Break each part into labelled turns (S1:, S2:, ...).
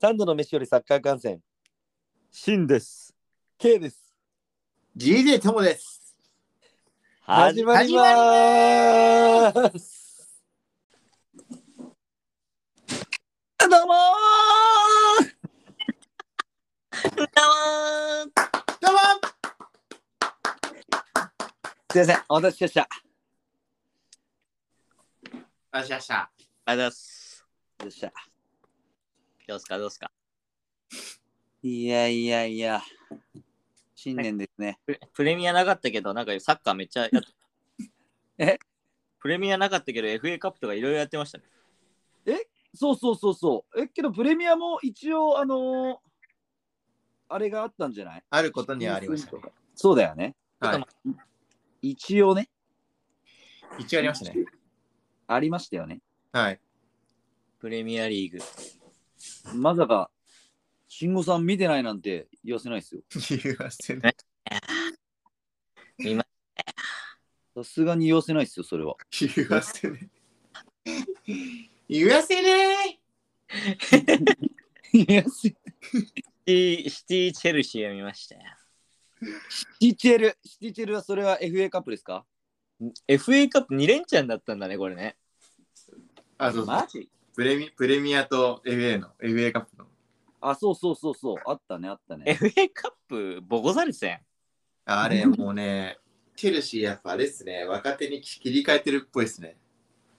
S1: 三度の飯よりサッカー観戦
S2: シンです。
S1: K です。
S3: GJ ともです。
S1: 始まりまーす。どうもー。
S3: どうも
S1: すいません、お待たせしました。
S3: あしゃしゃ。
S4: ありがとうございます。
S1: よっしゃ。
S4: どうすかどうすか
S1: いやいやいや。新年ですね。
S4: プレプレミアなかったけど、なんかサッカーめっちゃやっ
S1: え
S4: プレミアなかったけど、FA カップとかいろいろやってましたね。
S1: そうそうそうそう。え、けどプレミアも一応あのーあれがあったんじゃない？
S3: あることにはありましたね。
S1: そうだよね。
S3: はい
S1: 一応ね、
S3: 一応ありましたね。
S1: ありましたよね。
S3: はい。
S4: プレミアリーグ。
S1: まさか慎吾さん見てないなんて言わせないですよ。
S3: 言わせない。
S1: さすがに言わせないですよ、それは。
S3: 言わせない。言わせない。
S1: いや、シ
S4: シティ、シティチェルシーを見ましたよ。
S1: ティチェル、シティチェルはそれは FA カップですか
S4: FA カップ2連チャンだったんだね、これね。
S3: あ、そうそう
S1: マジ
S3: プレミ。プレミアと FA の FA カップの。
S1: あ、そうそうそうそう、あったね、あったね。
S4: FA カップ、ボコされてたやん。
S3: あれ、もうね、チェルシーやっぱあれですね、若手に切り替えてるっぽいですね。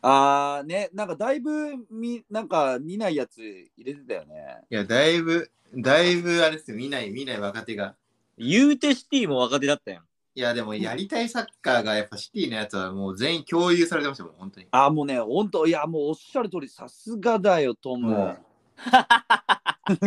S1: あーね、なんかだいぶみ、なんか見ないやつ入れてたよね。
S3: いや、だいぶ、だいぶあれですよ、見ない、見ない若手が。
S4: 言うてシティも若手だったやん。
S3: いや、でもやりたいサッカーがやっぱシティのやつはもう全員共有されてましたもん、本当に。
S1: あーもうね、ほんと、いや、もうおっしゃる通り、さすがだよ、トム。
S3: も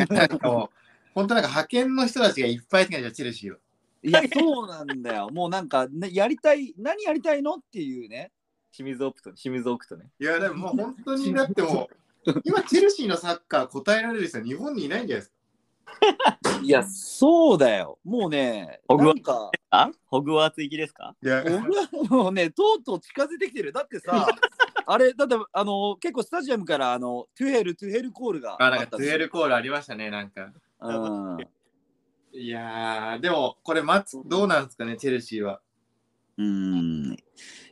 S3: なんかもう、本当なんか派遣の人たちがいっぱいって感じだチェルシーは。
S1: いや、そうなんだよ。もうなんか、ね、やりたい、何やりたいのっていうね。
S4: 清水オプト、清水オプトね。
S3: いや、でももう本当にだってもう、今チェルシーのサッカー答えられる人は日本にいないんじゃないですか。
S1: いや、そうだよ。もうね、
S4: 僕
S1: な
S4: は
S1: んか、
S4: あホグワーツ行きですか
S3: いや、
S1: 僕はもうね、とうとう近づいてきてる。だって さ、あれ、だって、あの、結構スタジアムから、あの、トゥヘル、トゥヘルコールが
S3: あ、なんか
S1: った
S3: ツエルコールありましたね、なんか。
S1: うん。
S3: いやー、でもこれ待つ、どうなんですかね、チェルシーは。
S1: うん。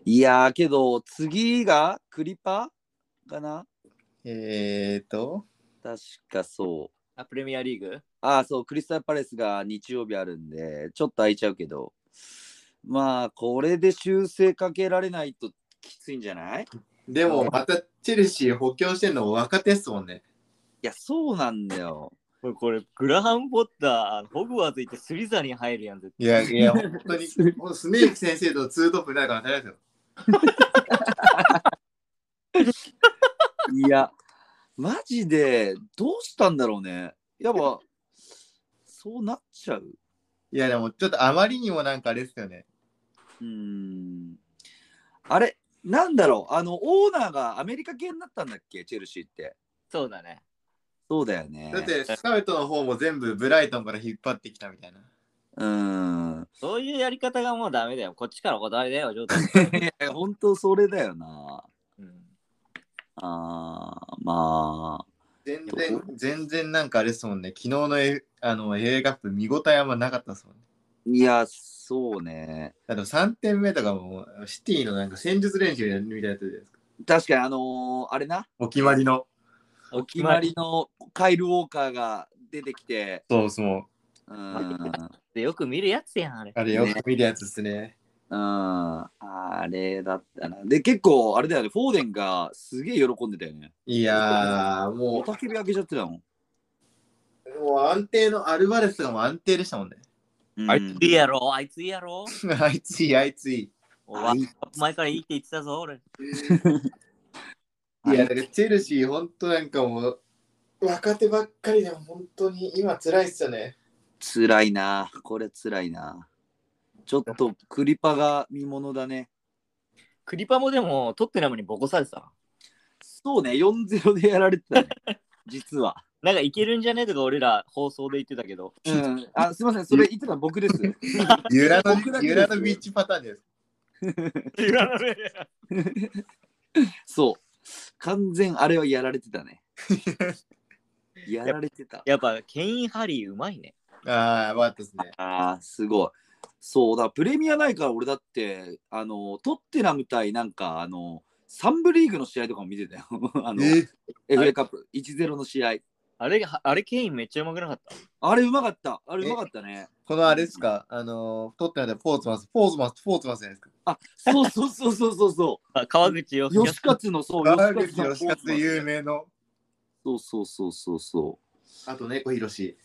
S1: いやー、けど、次がクリパかな
S3: えーと、
S1: 確かそう。
S4: あ、プレミアリーグ
S1: ああ、そう、クリスタルパレスが日曜日あるんで、ちょっと空いちゃうけど、まあ、これで修正かけられないときついんじゃないい
S3: でもまたチェルシー補強してんのも若手っすもんね。
S1: や、そうなんだよ。
S4: これこれ、グラハン・ポッターあの、ホグワーツ行ってスリザに入るやん、絶対
S3: いや、いや、本当に、もうスネーク先生とツートップになるから当たり前ですよ。
S1: いや、 マジで、どうしたんだろうね。やっぱ、そうなっちゃう。
S3: いや、でもちょっとあまりにもなんかあれですよね。
S1: うーん。あれ、なんだろう。あの、オーナーがアメリカ系になったんだっけ、チェルシーって。
S4: そうだね。
S1: そうだよね。
S3: だって、スカウトの方も全部ブライトンから引っ張ってきたみたいな。
S1: うーん。
S4: そういうやり方がもうダメだよ。こっちからお断りだよ、状態。
S1: いや本当それだよな。
S4: うん
S1: あーまあ。
S3: 全然、全然なんかあれですもんね。昨日の,、F、あの FA カップ見応えあんまなかったですもんね。
S1: いや、そうね。
S3: あと3点目とかもシティのなんか戦術練習みたいなやつじゃないですか。
S1: 確かに、あのーあれな、
S3: お決まりの。
S1: お決まりのカイル・ウォーカーが出てきて、
S3: そうそう。
S1: うーん。
S4: でよく見るやつやん、あれ。
S3: あれよく見るやつですね。
S1: うん、あれだったな。で、結構、あれだよね、フォーデンがすげえ喜んでたよね。
S3: いやー、
S1: お
S3: も
S1: たけび開けちゃってたもん。
S3: う、もう安定のアルバレスがもう安定でしたもんね。
S1: うん
S4: あいついいやろ、あいついいやろ。
S3: あいついい、あいついい。
S4: おわ
S1: い
S4: 前からいいって言ってたぞ、俺。
S3: いや、だからチェルシー、ほんとなんかもう、若手ばっかりでも本当に今辛いっすよね。
S1: 辛いな。これ辛いな。ちょっとクリパが見ものだね。
S4: クリパもでも、トッテナムにボコされてた。
S1: そうね、4-0でやられてたね。実は。
S4: なんかいけるんじゃねえとか、俺ら放送で言ってたけど。
S1: うん。あ、すいません、それ言ってたの僕です。
S3: ユラの
S1: 僕だけです
S3: ユラのビーチパターンです。
S4: 知らなねえ
S1: そう。完全あれはやられてたね。やられてた。
S4: やっぱ、ケイン・ハリーうまいね。
S3: ああ、よかったですね。
S1: ああ、すごい。そうだ、プレミアないから俺だって、あの、トッテナム対なんか、あの、サンブリーグの試合とかも見てたよ。 あの、
S3: え
S1: FA カップ1-0の試合。
S4: あれ、あれ、ケインめっちゃうまくなかった。
S1: あれうまかった。あれうまかったね。
S3: このあれですか、あのー、取ってないで、ポーツマス、ポーツマス、ポーツマスじゃないですか。
S1: あ、そうそうそうそうそうそ
S4: あ川口よ
S1: う。 吉勝のそう、
S3: 川
S1: 吉
S3: 口
S1: 勝の
S3: 義勝で有名の。
S1: そうそうそうそうそ
S3: あと、猫ひろし。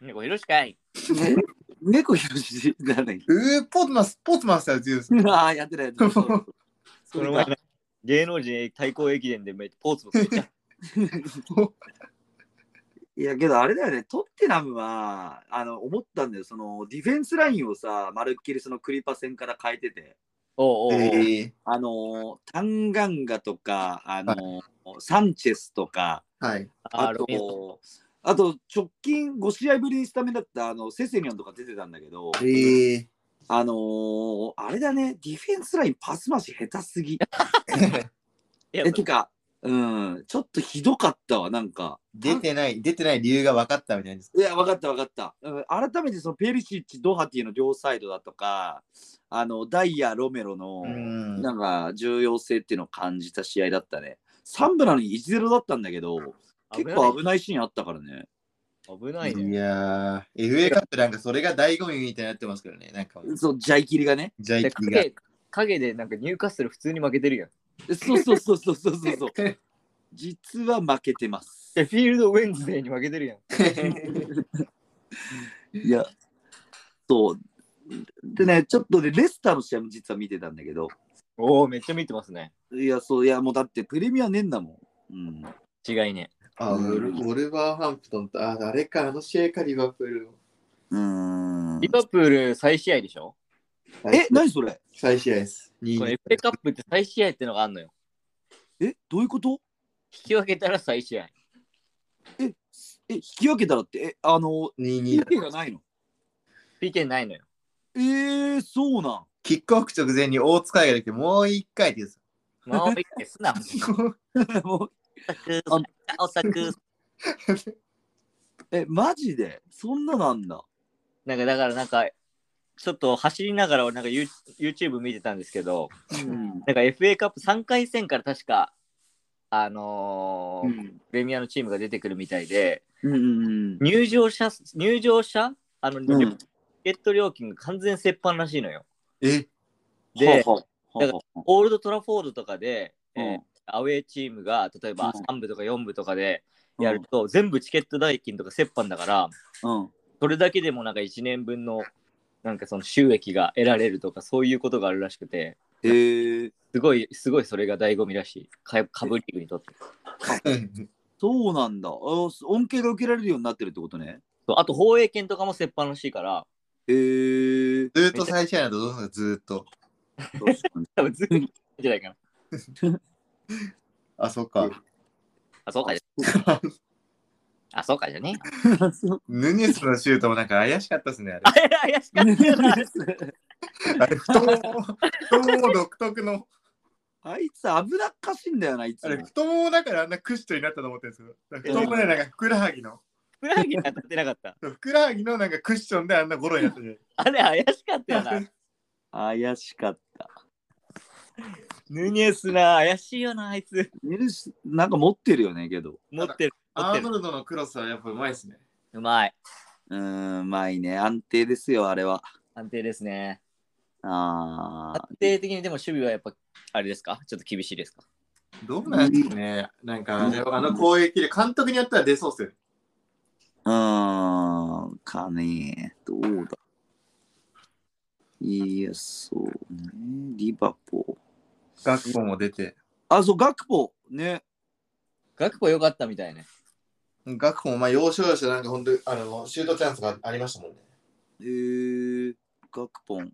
S4: 猫ひろしかい。
S1: う。ね、猫ひろしだね。
S3: うー、ポーツマス、ポーツマスだよ、強いです。
S1: ああ、やってないやってない。そう
S4: この前な、芸能人対抗駅伝でめっポーツもめっ ちゃ。
S1: いやけどあれだよね、トッテナムはあの思ったんだよ、そのディフェンスラインをさ、まるっきりそのクリパ戦から変えてて、
S4: おうおうおう、
S3: えー
S1: あのータンガンガとか、あのーサンチェスとか、
S3: はい。
S1: あ
S4: あロビンソン
S1: と、あと直近5試合ぶりにスタメンだったあのセセニョンとか出てたんだけど、
S3: えー、
S1: あのーあれだね、ディフェンスラインパス回し下手すぎ。
S4: いや
S1: え、てか、うん、ちょっとひどかったわ、なんか。
S3: 出てない、出てない理由が分かったみたいです。
S1: いや、分かった分かった。うん改めてそのペリシッチ、ドハティの両サイドだとか、あのダイヤ、ロメロの
S3: うん
S1: なんか重要性っていうのを感じた試合だったね。サンブラの1-0だったんだけど、結構危ないシーンあったからね。
S4: 危ないね。
S3: いやー、FA カップなんかそれが醍醐味みたいになってますけどね、なんかもう、
S1: そう、ジャイキリがね。
S3: ジャイ
S4: で
S3: キが。
S4: 影影でなんかニューカッスル普通に負けてるやん。
S1: そうそうそうそうそうそう そう。実は負けてます。
S4: えフィールドウェンズデーに負けてるやん。
S1: いや、そう。でね、ちょっとね、レスターの試合も実は見てたんだけど、
S4: おお、めっちゃ見てますね。
S1: いや、そう、いや、もうだってプレミアねえんだもん。うん。
S4: 違いね。
S3: あ、ウルウォルバーハンプトンと、あ、あれか、あの試合か、リバプールの。
S1: うーん
S4: リ。バプール再試合でしょ
S1: え、何それ
S3: 最試合です。2
S4: この FA カップって再試合ってのがあんのよ。
S1: え、どういうこと
S4: 引き分けたら再試合。
S1: え、すえ、引き分けたらって、え、あの、
S3: 2
S1: PK がないの
S4: PK ないのよ。
S1: えー、そうなん。
S3: キックオフ直前に大使いができて、もう1回です。
S4: まあ、いい ですな。
S1: もう
S4: お作。
S1: え、マジでそんななんだ。
S4: なんかだからなんか、ちょっと走りながら俺なんか You- YouTube 見てたんですけど、
S1: うん。
S4: なんか FA カップ3回戦から確か、あのー
S1: うん
S4: プレミアのチームが出てくるみたいで、
S1: うんうん
S4: 入場者、入場者あの、
S1: うん。
S4: チケット料金が完全折半らしいのよ。
S3: え、
S1: は
S4: で、
S1: あはあは
S4: だ
S1: あはあ
S4: オールドトラフォードとかで、
S1: うん
S4: えーアウェーチームが例えば
S1: うん
S4: 3部とか4部とかでやると、全部チケット代金とか折半だから、
S1: うん。
S4: それだけでもなんか1年分のなんかその収益が得られるとかそういうことがあるらしくて、
S1: えー、
S4: すごい、すごいそれが醍醐味らしい。かカブリーグにとって。
S1: そうなんだ。あ恩恵が受けられるようになってるってことね。
S4: そうあと、放映権とかも折半らしいから、
S1: えー、
S3: ずっと最試合だとどうするのずっと。
S1: 確かに
S4: 多分ずっとじゃないかな。
S3: あ、そっか。
S4: あ、そうかじゃ。あ、そうかじゃね。
S3: ヌニェスのシュートもなんか怪しかったですね、
S4: あ
S3: あ
S4: れ、怪しかったな。
S3: れ。あれ、太もも、太もも独特の、
S1: あいつ危なっかしいんだよな、いつ
S3: あ
S1: も
S3: れ、。太ももだからあんなクッションになったと思ってるんですけど、なんか
S1: うん
S3: 太ももでなんかふくらはぎの、
S4: ふくらはぎに当たってなかった。
S3: ふくらはぎのなんかクッションであんなゴロになってる。
S4: あれ、怪しかったよな。
S1: 怪しかった。
S4: ヌニエスな、怪しいよな、あいつ。
S1: ニルスなんか持ってるよね、けど。
S4: 持ってる。持っ
S3: ア
S4: て
S3: ー
S4: る
S3: ノ。ルドのクロスはやっぱうまいですね。
S4: うまい。
S1: うーん、うまいね。安定ですよ、あれは。
S4: 安定ですね。
S1: ああ
S4: 安。定的にでも守備はやっぱ、あれですかちょっと厳しいですか
S3: どうなんですかね。なんか、あれあの攻撃で監督によっては出そうっすよ。
S1: うーん、かねえ。どうだ。いや、そうね。リバポ。
S3: 学校も出て。
S1: あ、そう、ガクポ。ね。
S4: 学校良かったみたいね。
S3: 学校もまあ要所要所なんか本当あのシュートチャンスがありましたもんね。
S1: えー、ガクポン。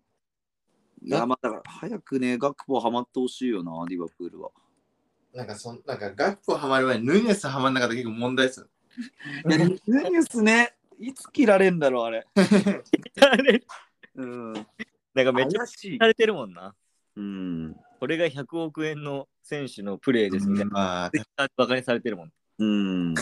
S1: いや、まあ、だから、早くね、ガクポハマってほしいよな、リバプールは。
S3: なんかそんなんか学校ハマる前にヌニェスハマんなかったら結構問題ですよ。
S1: いや、ニュースね。いつ切られんだろう、あれ。
S4: あれ
S1: うん。
S4: なんかめっちゃ
S1: 怪しい
S4: さ。れてるもんな。
S1: うん。
S4: これが100億円の選手のプレーですみたいな。
S3: まあ、
S4: バカにされてるもん。
S1: うん。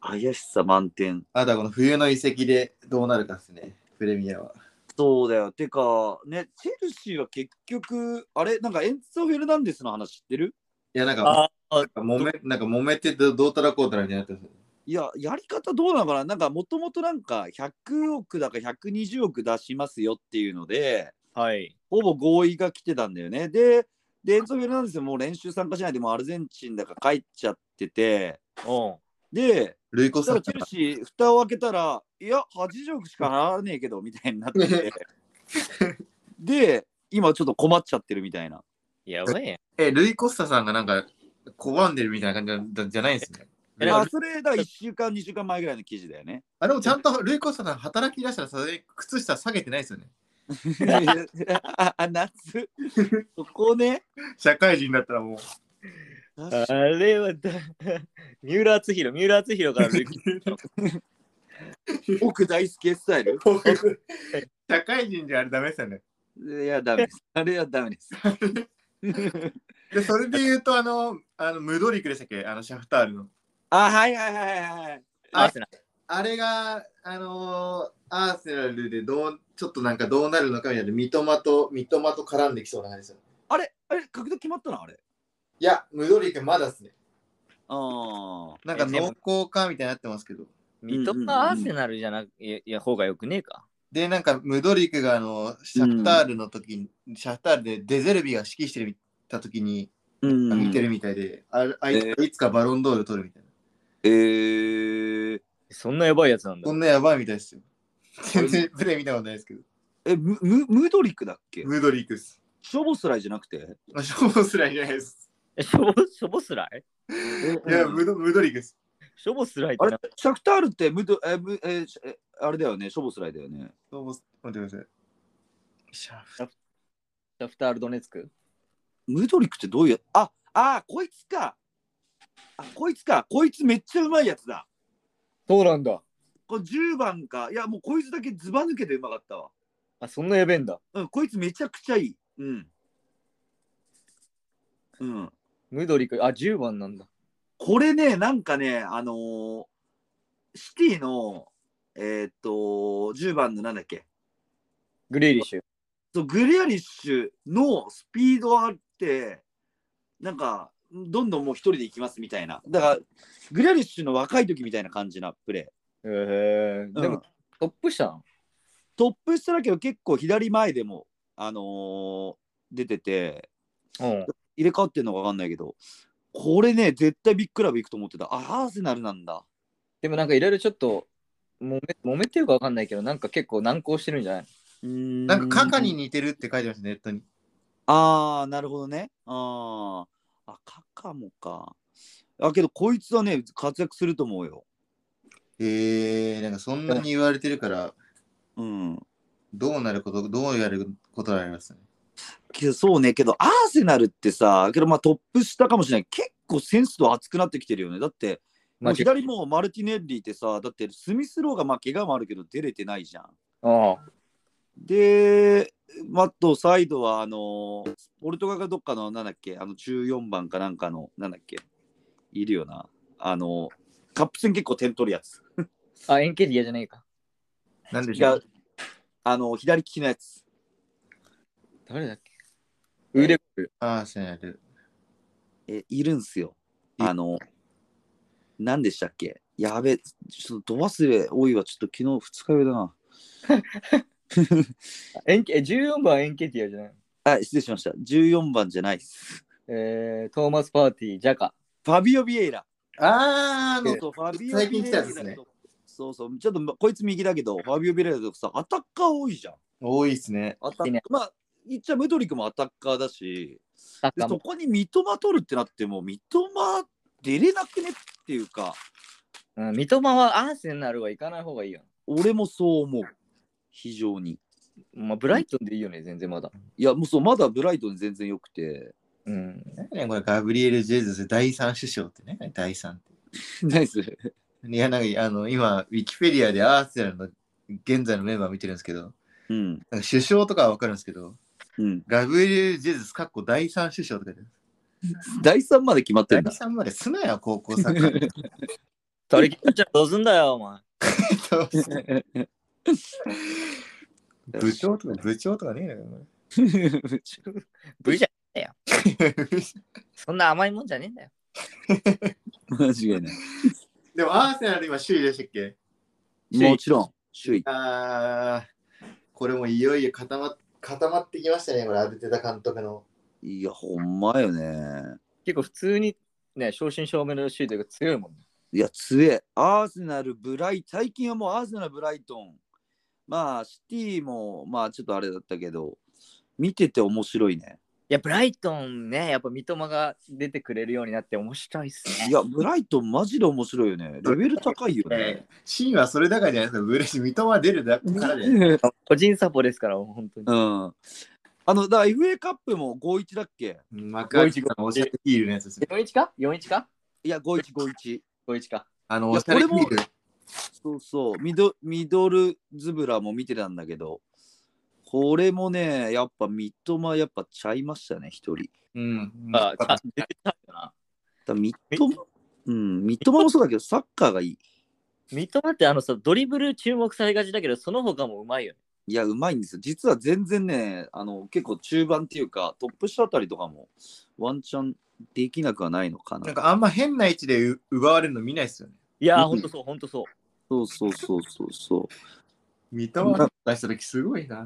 S1: 怪しさ満点。
S3: あとはこの冬の移籍でどうなるかですね、プレミアは。
S1: そうだよ。てか、ね、チェルシーは結局、あれなんかエンツォ・フェルナンデスの話知ってる
S3: いや、なんか、
S4: ああ、
S3: 揉めなんか揉めてどどうたらこうたらみたいになってます
S1: いや、やり方どうなのかななんか、もともとなんか、100億だか120億出しますよっていうので、
S4: はい。
S1: ほぼ合意が来てたんだよね。で、でエンツォ・フェルナンデスももう練習参加しないで、もうアルゼンチンだか帰っちゃってて、
S4: お
S1: で、
S3: ルイコ
S1: そし
S3: ス
S1: た
S3: タ
S1: らチェルシー、蓋を開けたら、いや、80億しか払わねえけど、みたいになってて。で、今ちょっと困っちゃってるみたいな。
S4: うやばいやん。
S3: え、ルイコスタさんがなんか拒んでるみたいな感じじゃじゃないんですね。
S4: え
S1: まあ、それ、だから1週間、2週間前ぐらいの記事だよね。
S3: あ、でもちゃんとルイコスタさん働き出したらそれで靴下下げてないですよね。
S1: ああ夏そこね
S3: 社会人だったらもう。
S1: 確
S4: あれはだ、 三浦敦弘、三浦敦弘から ルイ
S1: 僕大好きスタイル
S3: 社会人じゃあれダメですよね。
S1: いやダメですあれはダメです
S3: で、それで言うと、あの、あのムドリクでしたっけあの、シャフタールの。
S1: あはいはいはいはいはい
S4: アーセナル
S3: あれが、あのーアーセナルでどう、ちょっとなんかどうなるのかみたいな、三笘と、三笘と絡んできそうな感じですよ。
S1: あれあれ角度決まったのあれ
S3: いや、ムドリクまだっすね。
S1: あ
S3: なんか濃厚かみたいになってますけど。
S4: 三
S1: うんうんうん
S4: 笘アーセナルじゃなく、いや、いや方がよくねえか。
S3: で、なんかムドリクがあの、シャフタールの時に、シャフタールでデゼルビが指揮してるた時に、
S1: あうん
S3: 見てるみたいで、ああいつ
S1: え
S3: いつかバロンドール取るみたいな。
S1: えー、
S4: そんなやばいやつなんだ
S3: こ。んなやばいみたいですよ。全然プレイ見たことないですけど。
S1: えムムムードリックだっけ
S3: ムドリクス。
S1: ショボスライじゃなくて
S3: まあ、ショボスライじゃないです。
S4: えショボショボスライ
S3: いや、
S1: うん
S3: ムドムドリクス。
S4: ショボスライっ
S1: あ
S4: てな
S1: れシャクタールってムドえムえしえあれだよねショボスライだよね
S3: ショボス、待ってください。シャフ
S4: シャフタールドネツク
S1: ムドリックってどういうああこいつかあこいつかこいつめっちゃうまいやつだ
S4: そうなんだ。
S1: これ10番か。いや、もうこいつだけずば抜けてうまかったわ。
S4: あ、そんなやべえんだ。
S1: うん、こいつめちゃくちゃいい。うん。うん。
S4: ムドリク、あ、10番なんだ。
S1: これね、なんかね、あのーシティの、えーっと、10番のなんだっけ、
S4: グリーリッシュ。
S1: そうグリアリッシュのスピードあって、なんか、どんどんもう一人で行きますみたいな。だから、グリアリッシュの若い時みたいな感じなプレー。
S4: へ
S1: う
S4: え
S1: ん
S4: でも、トップしたの
S1: トップ下だけど結構左前でも、あのー出てて、
S4: うん。
S1: 入れ替わってんのか分かんないけど、これね、絶対ビッグクラブ行くと思ってた。あ、アーセナルなんだ。
S4: でもなんかいろいろちょっと、揉め揉めてるかわかんないけど、なんか結構難航してるんじゃない
S1: な
S3: なんかカカに。似てるって書いてますね、ネットに。
S1: ああ、なるほどね。あーあ、カカもか。あ、けどこいつはね、活躍すると思うよ。
S3: えー、なんかそんなに言われてるから、
S1: うん。
S3: どうなること、どうやることになりますね。
S1: けどそうね、けどアーセナルってさ、けどまあトップ下かもしれない。結構センスと熱くなってきてるよね。だって、も
S4: ま
S1: う左もうマルティネッリってさ、だってスミスローがまあ怪我もあるけど出れてないじゃん。
S4: ああ。
S1: で、マットサイドは、あの、ポルトガルかどっかの、なんだっけ、あの、14番かなんかの、なんだっけ、いるよな。あの、カップ戦結構点取るやつ。
S4: あ、エンケリアじゃないか。
S3: なんでし
S1: 違
S3: ょ
S1: う。あの、左利きのやつ。
S4: 誰だっけウーレブル。
S3: アーセナル。
S1: え、いるんすよ。あの、なんでしたっけやべ、ちょっと、ど忘れ多いわ。ちょっと、昨日2日酔いだな。
S4: エンケ14番はエンケティアじゃない
S1: あ、失礼しました。14番じゃないです。
S4: えー、トーマス・パーティー、ジャカ。
S1: ファビオ・ビエイラ。
S3: あー
S1: そ
S3: の
S1: う、そう、ファビオ・
S3: 最近
S1: ビエ
S3: 来
S1: イ
S3: た
S1: ラ
S3: んですね
S1: と。そうそう、ちょっとまこいつ右だけど、ファビオ・ビエイラとかさ、アタッカー多いじゃん。
S3: 多いですね。
S1: アタッ
S4: いいね
S1: クまあ、言っちゃムドリクもアタッカーだし、
S4: サッ
S1: で
S4: カー
S1: そ
S4: も。
S1: こに三笘取るってなっても、三笘出れなくねっていうか、
S4: うん、三笘はアーセナルは行かない方がいいよ。
S1: 俺もそう思う。非常に。
S4: まあ、ブライトンでいいよね、全然まだ。
S1: いや、もうそう、まだブライトン全然良くて。
S4: うん。
S3: 何やねんこれ、ガブリエル・ジェズス第三首相ってね、第三って。
S1: ナイス。
S3: いや、なんか、あの、今、ウィキペディアでアーセナルの現在のメンバー見てるんですけど、
S1: うん。
S3: なんか首相とかはわかるんですけど、
S1: うん。
S3: ガブリエル・ジェズス、かっこ第三首相とかで。
S1: 第3まで決まって
S3: 第
S1: ん だ。
S3: 三まですなよ、高校サッカーで。
S4: 取り切っちゃどうすんだよ、お前。
S3: 部長とか部長とかねえのよ。
S4: ブじゃ、そんな甘いもんじゃねえんだよ。
S1: 間違いない。
S3: でも、アーセナル今、首位でしたっけ
S1: もちろん、首位。
S3: あーこれもいよいよ固ま固まってきましたね、これ、アルテタ監督の。
S1: いや、ほんまよね。
S4: 結構普通にね、正真正銘のシュートが強いもんね。
S1: いや、強え。アーセナル、ブライ、最近はもうアーセナル、ブライトン。まあ、シティも、まあ、ちょっとあれだったけど、見てて面白いね。
S4: いや、ブライトンね、やっぱ三笘が出てくれるようになって面白いっす
S1: い
S4: ね。
S1: や、ブライトン、マジで面白いよね。レベル高いよね。
S3: シーンはそれだからじゃないですか、ブレシ、三笘出るだからで。
S4: 個人サポですから、本当に。
S1: うん。あの、だから FA カップも5-1だっけ
S3: 幕開きさんのおしゃれヒールのやつです ね。
S4: 41か ?41 か
S1: いや、5-1、5-1。
S4: ?51 か。
S3: あの、
S1: い
S3: お
S1: や
S3: しゃれヒ
S1: これも
S3: ール。
S1: そうそうミド、ミドルズブラも見てたんだけど、これもね、やっぱ三笘、やっぱちゃいましたね、一人。
S3: うん。
S4: あ、あ出てたんだな。
S1: だから三笘、うん、三笘もそうだけど、サッカーがいい。
S4: 三笘ってあのさ、ドリブル注目されがちだけど、その他もうまいよね。
S1: いや、うまいんですよ。実は全然ね、あの、結構中盤っていうか、トップ下あたりとかも、ワンチャンできなくはないのかな。
S3: なんかあんま変な位置でう奪われるの見ないっすよね。
S4: いや
S1: う
S4: ー、
S1: ん
S4: ほんとそう、ほんとそう。
S1: そうそうそうそう そ
S3: 三笘出した時すごい な。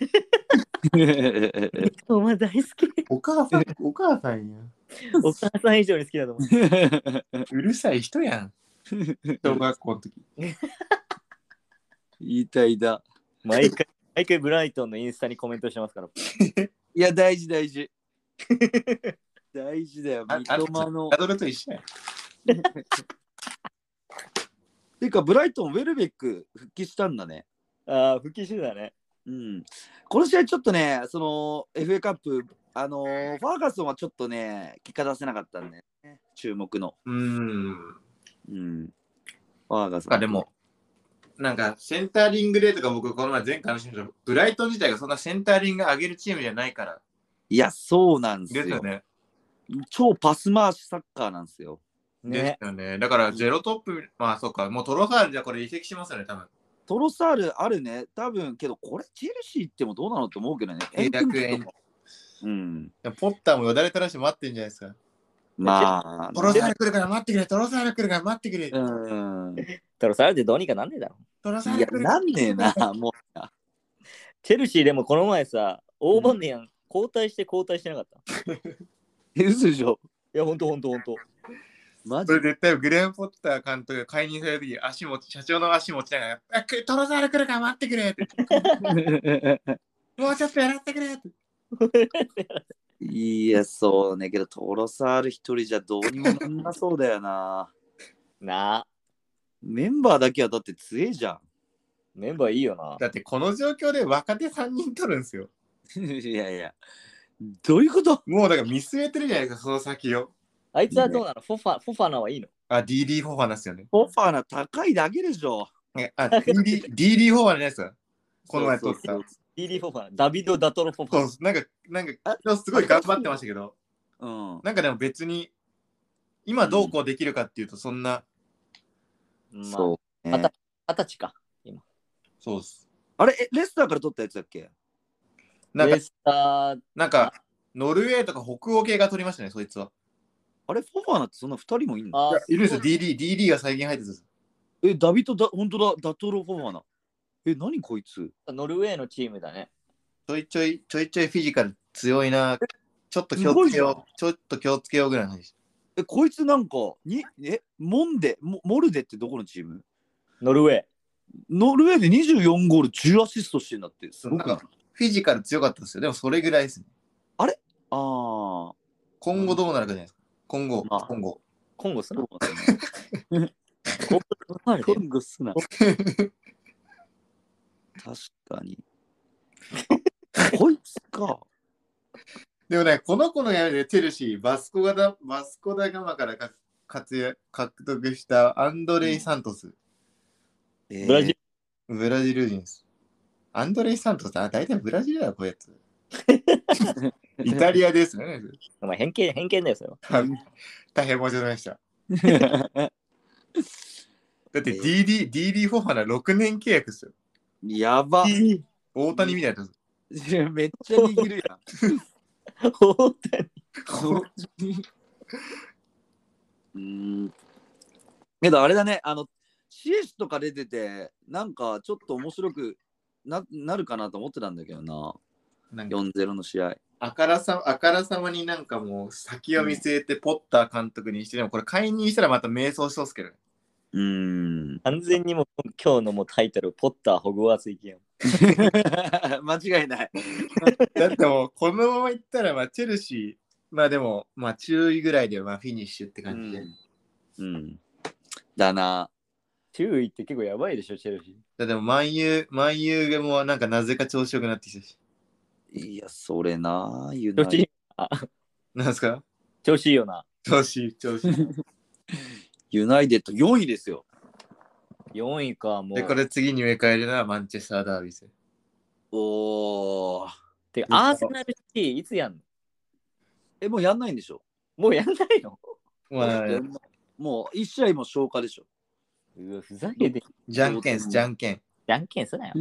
S1: う。い
S4: 三笘大好 き。
S3: お母さん、お母さんや。
S4: お母さん以上に好きだと思う。
S3: うるさい人や ん。小学校の時。
S1: い体だ。
S4: 毎回、 毎回ブライトンのインスタにコメントしてますから。
S1: いや、大事大事。 大事だよ、三笘の
S3: ア。ドルと一緒やん。
S1: ていうか、ブライトン、ウェルベック復帰したんだね。
S4: ああ、復帰してたね。
S1: うん。この試合、ちょっとね、その FA カップ、あのーファーガソンはちょっとね、結果出せなかったんで、ね、注目の。
S3: うーん。
S1: うん。ファーガソン。
S3: あでも、なんかセンタリングでとか僕この前前回の話しましたけどブライトン自体がそんなセンタリング上げるチームじゃないから。
S1: いや、そうなんです
S3: で
S1: よ。
S3: すよね。
S1: 超パス回しサッカーなんですよ。
S3: で
S4: ね。
S3: すよね。だからゼロトップ、まあそうか、もうトロサールじゃこれ移籍しますよね、多分。
S1: トロサールあるね、多分けど、これ、チェルシー行ってもどうなのって思うけどね。
S3: 契約延
S1: とかうん。
S3: ポッターもよだれ垂らして待ってんじゃないですか。
S1: まあ、
S3: トロサール来るから待ってくれ、トロサール来るから待ってくれ、
S1: うん。
S4: だから、それでどうにかなんねえだろ。
S3: トロサー
S1: い
S3: ル
S1: や、
S3: 来るから
S1: なんねえな、もう。
S4: チェルシーでもこの前さ、オーバメヤン交代して交代してなかった。い
S1: え嘘でしょ。
S4: や、ほんとほんとほんと。
S1: マ
S3: こ
S1: ジ
S3: れ絶対グレーム・ポッター監督が解任されるとき、足持ち、社長の足持ちながら、あくトロサール来るから待ってくれって、
S1: で。
S3: もうちょっとやらせてくれって。
S1: いや、そうね、けど、トロサール一人じゃどうにもなんなそうだよな。
S4: なあ、
S1: メンバーだけはだって強えじゃ
S4: メンバーいいよな。
S3: だってこの状況で若手3人取るんですよ。
S1: ん。 いやいや、どういうこと
S3: もうだから見据えてるじゃないですか、その先を。
S4: あいつはどうなのフォファ、フォファナはいいの
S3: あ、DD フォーファーなんですよね。
S1: オファーな高いだけでしょ。
S3: えあ、DD, DD フォーファーじゃないですか。この前取った。
S1: そうそう
S4: リフォファナ、ダビド・ダトロ・フォフ
S3: そう
S4: ァ
S3: なんか、なんか、すごい頑張ってましたけど、
S1: そううん。
S3: なんかでも別に、今どうこうできるかっていうと、そんな、
S4: ナ。ま
S1: そうね、
S4: またあ、二十歳か。
S3: そうっす。
S1: あれ、えレスターから取ったやつだっけ
S3: なんか
S4: レ、スター、
S3: なんかノルウェーとか北欧系が取りましたね、そいつは。
S1: あれ、フォファーなってそんな二人もいんの
S4: あ
S3: いるんですよ、DD。DD が最近入ってたんです。
S1: え、ダビットだ、本当だ、ダトロフォファーな。え、何こいつ
S4: ノルウェーのチームだね。
S3: ちょいちょい、ちょいちょいフィジカル強いな。ちょっと気
S1: すご
S3: を
S1: い
S3: つけ
S1: じゃん
S3: よう。ちょっと気をつけようぐらいの話。
S1: え、こいつなんか、にえ、モンデ、モモルデってどこのチーム
S4: ノルウェー。
S1: ノルウェーで24ゴール10アシストしてんだって、すごくない
S3: なんかフィジカル強かったですよ。でもそれぐらいですね。
S1: ああ。
S3: 今後どうなるかじゃないですか。今後、
S1: まあ
S3: 今後。
S4: コンゴスな。
S1: そうなんだよね
S4: コンゴスなるで
S1: 今後すな。確かに。こいつか。
S3: でもね、この子のやるで、チェルシー、バスコダ、バスコダガマからか活躍獲得したアンドレイ・サントス、
S1: えー
S4: ブラジ ル。
S3: ブラジル人です。アンドレイ・サントス、あ、大体ブラジルだよ、こういうやつ。イタリアですね。
S4: まあ、偏見、偏見だよ、それは。
S3: はい大変申し訳ないでした。だって DD、DD フォーハナ6年契約ですよ。
S1: やば。
S3: 大谷みたいな。
S1: いやめっちゃ握るやん。
S4: 本当に
S1: うーん。けどあれだね、あの、CS とか出てて、なんかちょっと面白くななるかなと思ってたんだけどな、
S3: なんか
S1: 4-0の試合。
S3: あからさ、あからさまになんかもう先を見据えてポッター監督にしてでもこれ解任したらまた迷走しそうっすけどね。
S1: うーん。
S4: 完全にもう今日のもうタイトル、ポッター、ホグワーツ行きやん。
S1: 間違いない。
S3: だってもうこのままいったらまあチェルシー、まあでもまあ注意ぐらいでまあフィニッシュって感じで。
S1: うん。だな。
S4: 注意って結構やばいでしょ、チェルシ
S3: だでも万有、万有がもうなんかなぜか調子よくなってきたし。
S1: いや、それな。ユ
S4: ー。
S1: ナ
S4: 調
S1: イ
S4: 子いい
S3: なんですか
S4: 調子いいよな。
S3: 調子いい、調子いい。
S1: ユナイテッド4位ですよ。
S4: 4位か、もう。
S3: で、これ次に植え替えるのはマンチェスターダービーですよ。
S1: おー。
S4: てかアーセナルシティ、いつやんの
S1: え、もうやんないんでしょ
S4: もうやんないの
S3: まあ、
S1: もう1試合も消化でしょ。
S4: うわ、ふざけてん、
S3: じゃんけんっす、じゃんけん。
S4: じゃんけんすなよ。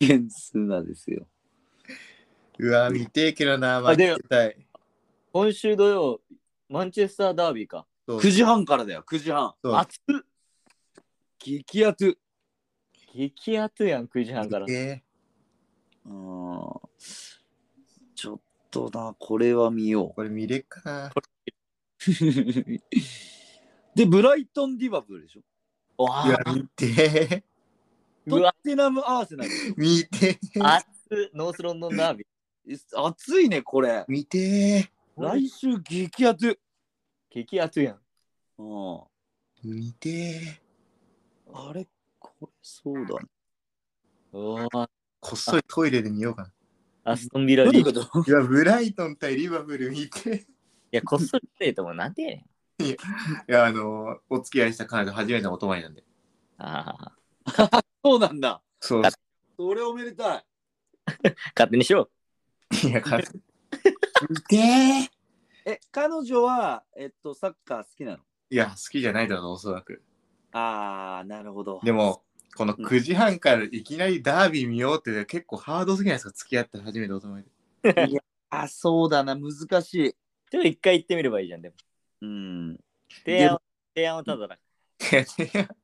S1: ケンスナですよ。
S3: うわ、見てえけどな、マ
S4: あ
S3: ンチ
S4: で
S3: ェスター。
S4: 今週土曜、マンチェスターダービーか。
S3: そう
S1: 9時半からだよ、9時半。
S3: そう
S4: 熱っ
S1: 激アツ。
S4: 激熱やん、9時半から。
S3: えー
S1: うーんちょっとな、これは見よ
S3: これ見れっかな。
S1: う。 で、ブライトン・ディバブルでしょ。
S4: わ
S3: いや
S4: あ、、
S3: 見て
S1: ト
S4: う
S1: ッ
S4: わ、
S1: テナム・アーセナル。
S3: ー、見てー、
S4: 熱っノースロンドンダービー。
S1: え熱いね、これ。
S3: 見て
S1: 来週激アツ。
S4: 激熱やん。
S1: うん
S3: ー、見てー。
S1: あれ、これそうだね。
S4: おー
S3: こっそりトイレで見ようかな。
S4: アストンビラ
S1: どう
S4: リ
S1: い
S4: ー
S1: うこ
S4: グ。い
S1: と
S3: いや、ブライトン対リバプール見て
S4: や、こっそりプレーともなんでやねん。
S3: ー。いや、あのー、お付き合いした彼女初めてのお泊まりなんで。
S4: ああ、
S1: そうなんだ。
S3: そう。
S1: それおめでたい。
S4: 勝手にしろ。
S3: いや、か見てー。
S1: え、彼女は、えっと、サッカー好きなの
S3: いや、好きじゃないだろう、おそらく。
S1: あー、なるほど。
S3: でも、この9時半からいきなりダービー見ようって結構ハードすぎないですか付き合って初めてお友達。
S1: あ、そうだな、難しい。
S4: ちょっと一回行ってみればいいじゃん、でも。
S1: うん。
S4: 提案を、提案をただだ。
S3: いやいや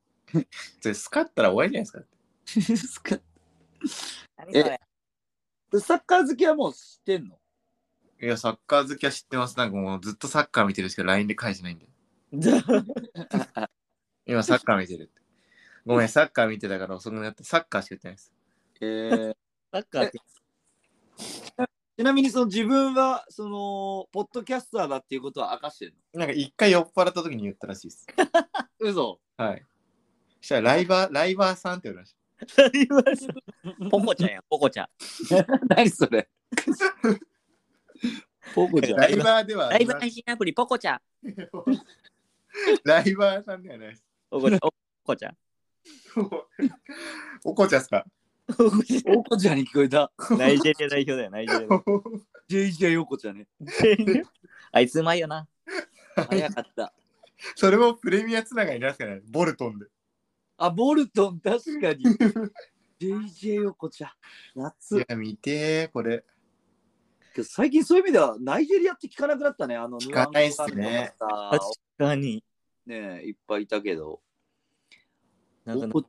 S3: それ、スカったら終わりじゃないですか。
S1: ですか
S4: 何それ
S1: サッカー好きはもう知ってんの
S3: いや、サッカー好きは知ってます。なんかもうずっとサッカー見てるしか LINE で返してないんで。今サッカー見て るって。ごめん、サッカー見てたから遅くなって、サッカーしかやってないです。
S1: えー、
S4: サッカーって
S1: ちなみにその自分はそのポッドキャスターだっていうことは明かしてる
S3: なんか一回酔っ払った時に言ったらしいです。
S1: の嘘
S3: はい。そしたらライバー、ライバーさんって言われまし
S4: なります。ポコちゃんやん、ポコちゃん。
S1: 何それ ポコ
S3: た。
S1: ちゃん
S3: ライバーでは
S4: ライブ配信アプリ、ポコち ゃん。
S3: ライバーさんではないです。
S4: ポコちゃん。ポコちゃん。
S3: おこちゃんですか
S4: ポコち
S1: ポコちゃんに聞こえた
S4: ゃん ナイジェリア代表だよ、ナイジェリア代
S1: ジェイジェイヨコちゃんね
S4: 表。あいつうまいよな。
S1: 早かった
S3: それもプレミアつながりなんですかねボルトンで。
S1: あボルトン確かにジェイジェイヨコちゃん夏
S3: や、見てー、これ。
S1: けど最近そういう意味ではナイジェリアって聞かなくなったねあの
S3: 聞かないっすね
S1: ヌアンス
S4: 確
S1: の方
S4: かに。
S1: ねいっぱいいたけど
S4: なんか
S1: ポコ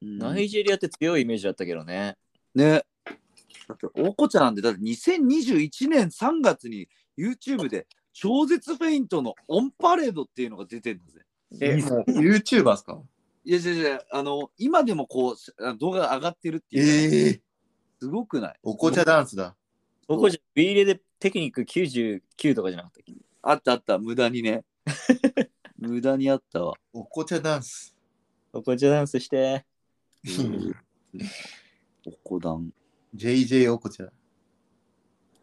S1: うん
S4: ナイジェリアって強いイメージだったけどね。
S1: ね。だって、大子ちゃんなんて、だって2021年3月に YouTube で超絶フェイントのオンパレードっていうのが出てるんですね。
S3: え、もう YouTuber ですか
S1: いやいやいや、あの、今でもこうし、あ動画が上がってるっていう、
S3: ええー、
S1: すごくない
S3: おこちゃダンスだ。
S4: ポコちゃん、ビーレでテクニック99とかじゃなかったっけ
S1: あったあった、無駄にね。無駄にあったわ。
S3: おこちゃダンス。
S4: ポコちゃんダンスして。
S1: おこだん。
S3: JJ おこちゃ。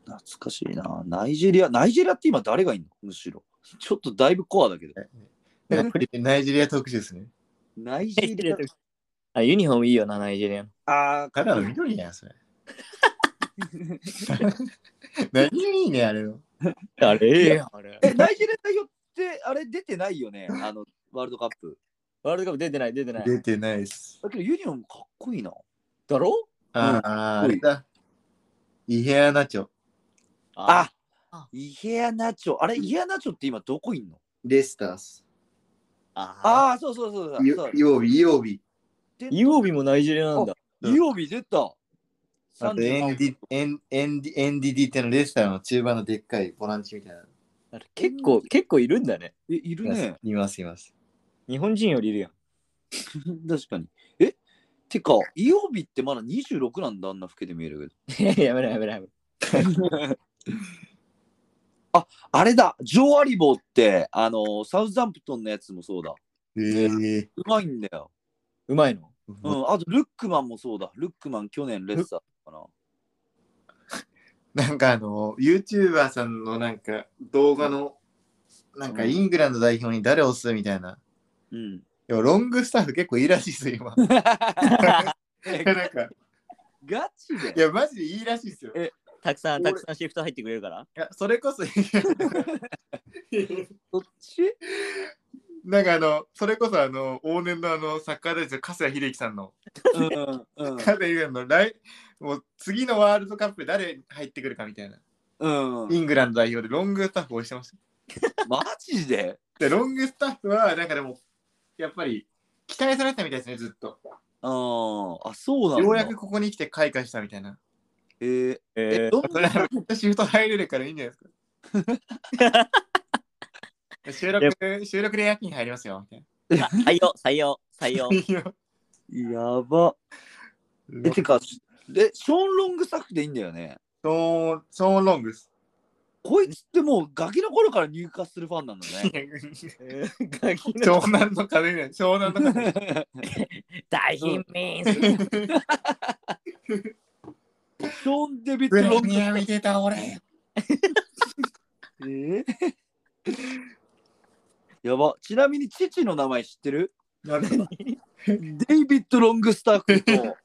S1: 懐かしいな。ナイジェリア、ナイジェリアって今誰がいんのむしろ。ちょっとだいぶコアだけど。
S3: ナイジェリア特集ですね。
S1: ナイジェリア。
S4: あ、ユニフォームいいよな、ナイジェリアの。
S1: あー
S3: 彼らの緑じゃん、それ。何がいいね、あれの。
S4: あれやあれ。
S1: え、ナイジェリア代表って、あれ出てないよね、あの、ワールドカップ。
S4: ワールドカップ出てない、出てない。
S3: 出てないっす。
S1: だけど、ユニオンかっこいいな。
S4: だろ
S3: ああ、あ
S1: うん
S3: れだ。イヘアナチョ。
S1: あイヘアナチョ。あれ、イヘアナチョって今どこいんの
S3: レスタース。
S4: ああ
S1: ああ、そうそうそうそう。そう
S3: 曜日、曜日。
S4: イオビもナイジェリアなんだ。
S1: イオビ出た。
S3: あとエンディ、エンエンディ、エンディディってのレスターの中盤のでっかいボランチみたいな。
S4: あれ結構、結構いるんだね。
S1: え、いるね。
S3: います、います。
S4: 日本人よりい るやん。
S1: 確かに。えてか、イオビってまだ26なんだ、あんな老けて見える
S4: やめろやめろやめろ。
S1: けど。あ、あれだ、ジョー・アリボーって、あの、サウザンプトンのやつもそうだ。
S3: ええ。
S1: うまいんだよ。
S4: うまいの
S1: うん、あと、ルックマンもそうだ。ルックマン、去年レッサーかな。
S3: なんかあの、YouTuber さんのなんか動画の、なんかイングランド代表に誰を押すみたいな。
S1: うん。
S3: でもロングスタッフ結構いいらしいですよ、 今。なんか、
S1: ガチで
S3: いや、マジでいいらしいですよ。い
S4: えたくさん、
S3: 俺
S4: たくさんシフト入ってくれるから。
S3: や、それこそ、
S1: そっち
S3: なんかあの、それこそあの、往年のあの、サッカー大臣、葛西秀樹さんの、
S1: うんうん
S3: 葛西秀樹さんの来、もう次のワールドカップ誰入ってくるかみたいな。
S1: うん。うん
S3: イングランド代表でロングスタッフを押してました。
S1: マジで
S3: で、ロングスタッフは、なんかでも、やっぱり、期待されてたみたいですね、ずっと。
S1: うん。あ、そうなんだ。
S3: ようやくここに来て開花したみたいな。
S1: えー、え
S4: え
S1: どん
S3: それは絶対シフト入れるからいいんじゃない ですか。収録、収録で夜勤入りますよ。み
S4: ー、あ採用、採用、採用。
S3: たい な
S1: やば。え、てか、で、ショーン・ロングサックでいいんだよね。
S3: ソーン、ソーンロング ス。
S1: こいつってもうガキの頃から入荷するファンなんだ
S3: い
S1: ね。
S3: や
S4: えーガキの
S3: 湘南の風ね。湘南の 風。
S4: 大貧民す
S1: ショーン・デビッ
S3: プ
S1: ド・
S3: レ
S1: ロング
S3: ミア見てた俺。
S1: え ーやば。ちなみに父の名前知ってる
S3: なんだ
S1: デイビッド・ロングスタッフと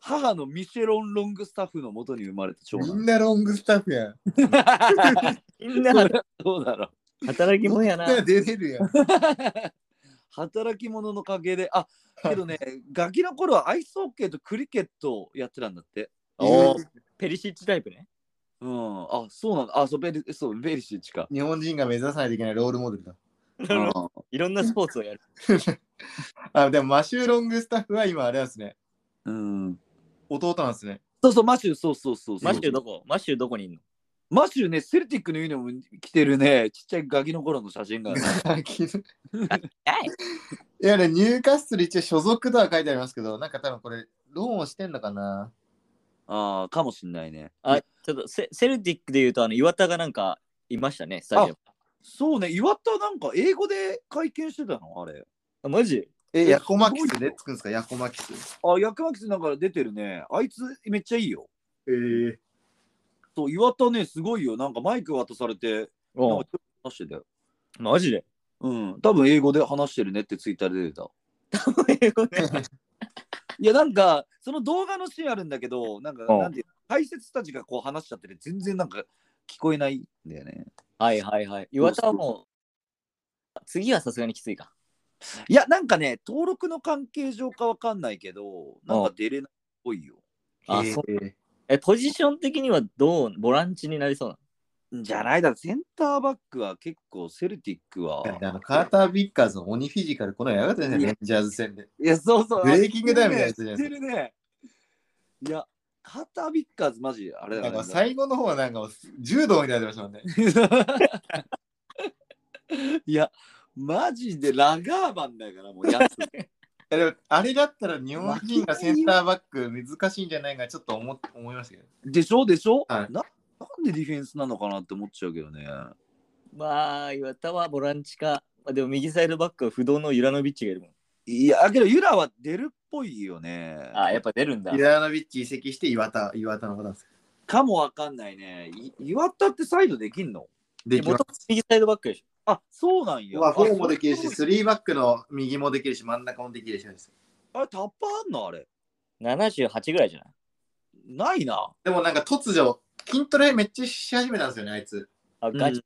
S1: 母のミシェロン・ロングスタッフのもとに生まれた長
S3: み
S1: 男。
S3: んなロングスタッフやん。
S4: みんな
S1: そうだろう。
S4: 働き者やな。
S3: みんな 出れるやん。
S1: 働き者の陰で、あけどね、ガキの頃はアイスホッケーとクリケットをやってたんだって。
S4: おーペリシッチタイプね。
S1: うん、あ、そうなんだ。あ、そう、ベリそうベリシッチか。
S3: 日本人が目指さないといけないロールモデルだ。
S1: うん
S4: いろんなスポーツをやる。
S3: あ、でもマシューロングスタッフは今あれなんですね。
S1: うん。
S3: 弟なんですね。
S1: そうそう、マシュー、そうそうそうそう。
S4: マッシュどこマッシュどこにいんの
S1: マシューね、セルティックのユニフォーム着てるね、ちっちゃいガキの頃の写真がある。
S3: い
S4: はい。
S3: やね、ニューカッスル一応所属とは書いてありますけど、なんか多分これ、ローンをしてんのかな
S1: ああ、かもしんないね。
S4: あ、ちょっとセセルティックで言うと、あの、岩田がなんかいましたね、スタジオ。
S1: そうね、岩田なんか英語で会見してたのあれ。
S4: あ、マジ
S3: え、
S1: え
S3: ヤコマキスでつくんですかヤコマキス。
S1: あ、ヤクマキスなんか出てるね。あいつめっちゃいいよ。
S3: えー、
S1: そう、岩田ね、すごいよ。なんかマイク渡されて、なん
S4: お
S1: か話してたよ。
S4: マジで
S1: うん、多分英語で話してるねってツイッターで出てた。
S4: 英語ね
S1: いや、なんか、その動画のシーンあるんだけど、なんか、
S4: うん
S1: なんていうの解説たちがこう話しちゃってて、全然なんか聞こえないんだよね。
S4: はいはいはい。岩田はもう、次はさすがにきついか。
S1: いや、なんかね、登録の関係上かわかんないけど、なんか出れないっぽいよ。
S4: あ
S3: えー
S4: そえ、ポジション的にはどう、ボランチになりそうなの
S1: じゃないだろ、センターバックは結構、セルティックは。
S3: あのカーター・ビッカーズの鬼フィジカル、このやがったです
S1: い
S3: ね、
S1: や
S3: レンジャーズ戦で。
S1: いや、そうそう。
S3: ブレイキングダウンみたいなやつじゃ
S1: 知
S3: な
S1: っ
S3: い
S1: て
S3: で
S1: るね。いや、カータービッカーズ、マジ、あれだ
S3: な
S1: よ
S3: ん
S1: ね
S3: か最後の方はなんか柔道みたいになってましたもんね。
S1: いや、マジでラガーマンだから、もうやつ。
S3: いやでもあれだったら日本人がセンターバック難しいんじゃないかちょっと思っ思いましたけど。
S1: でしょでしょ、
S3: はい
S1: ななんでディフェンスなのかなって思っちゃうけどね。
S4: まあ、岩田はボランチか。まあ、でも右サイドバックは不動のユラノビッチがいるもん。
S1: いや、だけどユラは出るっぽいよね。
S4: あ、やっぱ出るんだ
S3: イ。ラーノビッチ移籍して岩田、岩田の方なんですけ
S1: かもわかんないね。い岩田ってサイドできんの
S3: ど。でき
S4: も
S3: ま
S4: と右サイドバックでし
S1: あ、そうなんや。
S3: まあ、フォー
S1: あ
S3: もできるし、スリーバックの右もできるし、真ん中もできるしです。
S1: あれ、タッパーあんのあれ。
S4: ょ。78ぐらいじゃない
S1: ないな。
S3: でもなんか突如、筋トレめっちゃし始めたんですよね、あいつ。
S4: あ、ガチ。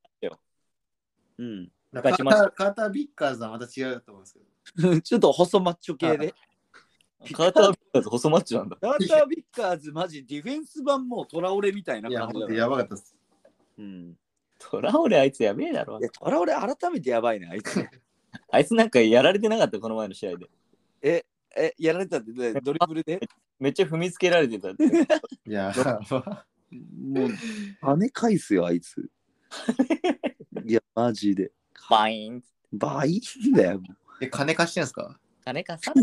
S1: うん。
S3: カ
S4: ガ
S3: ー
S4: チ
S3: タ
S4: マッチ
S3: ーカーター・ビッカーズはまた違うと思うんですけ ど。
S1: ちょっと細マッチョ系で。
S4: カータービッカーズ細マッチョなんだ。
S1: ダーター・ビッカーズ、マジディフェンス版もうトラオレみたいない
S3: や、
S1: 感
S3: ほ
S1: じ
S3: ん
S1: だ
S3: と
S1: な
S3: やばかったです。
S1: うん。
S4: トラオレあいつやべえだろ
S1: い。や、トラオレ改めてやばいね、あいつ。
S4: あいつなんかやられてなかった、この前の試合で。
S1: え、え、やられたって、ね、ドリブルで
S4: めっちゃ踏みつけられてた って。
S3: いや、ま
S1: もう、金返すよ、あい つ。いや、マジで。
S4: バイン
S1: 倍だよ。 も
S3: え金貸してんすか
S4: 金かさ
S1: う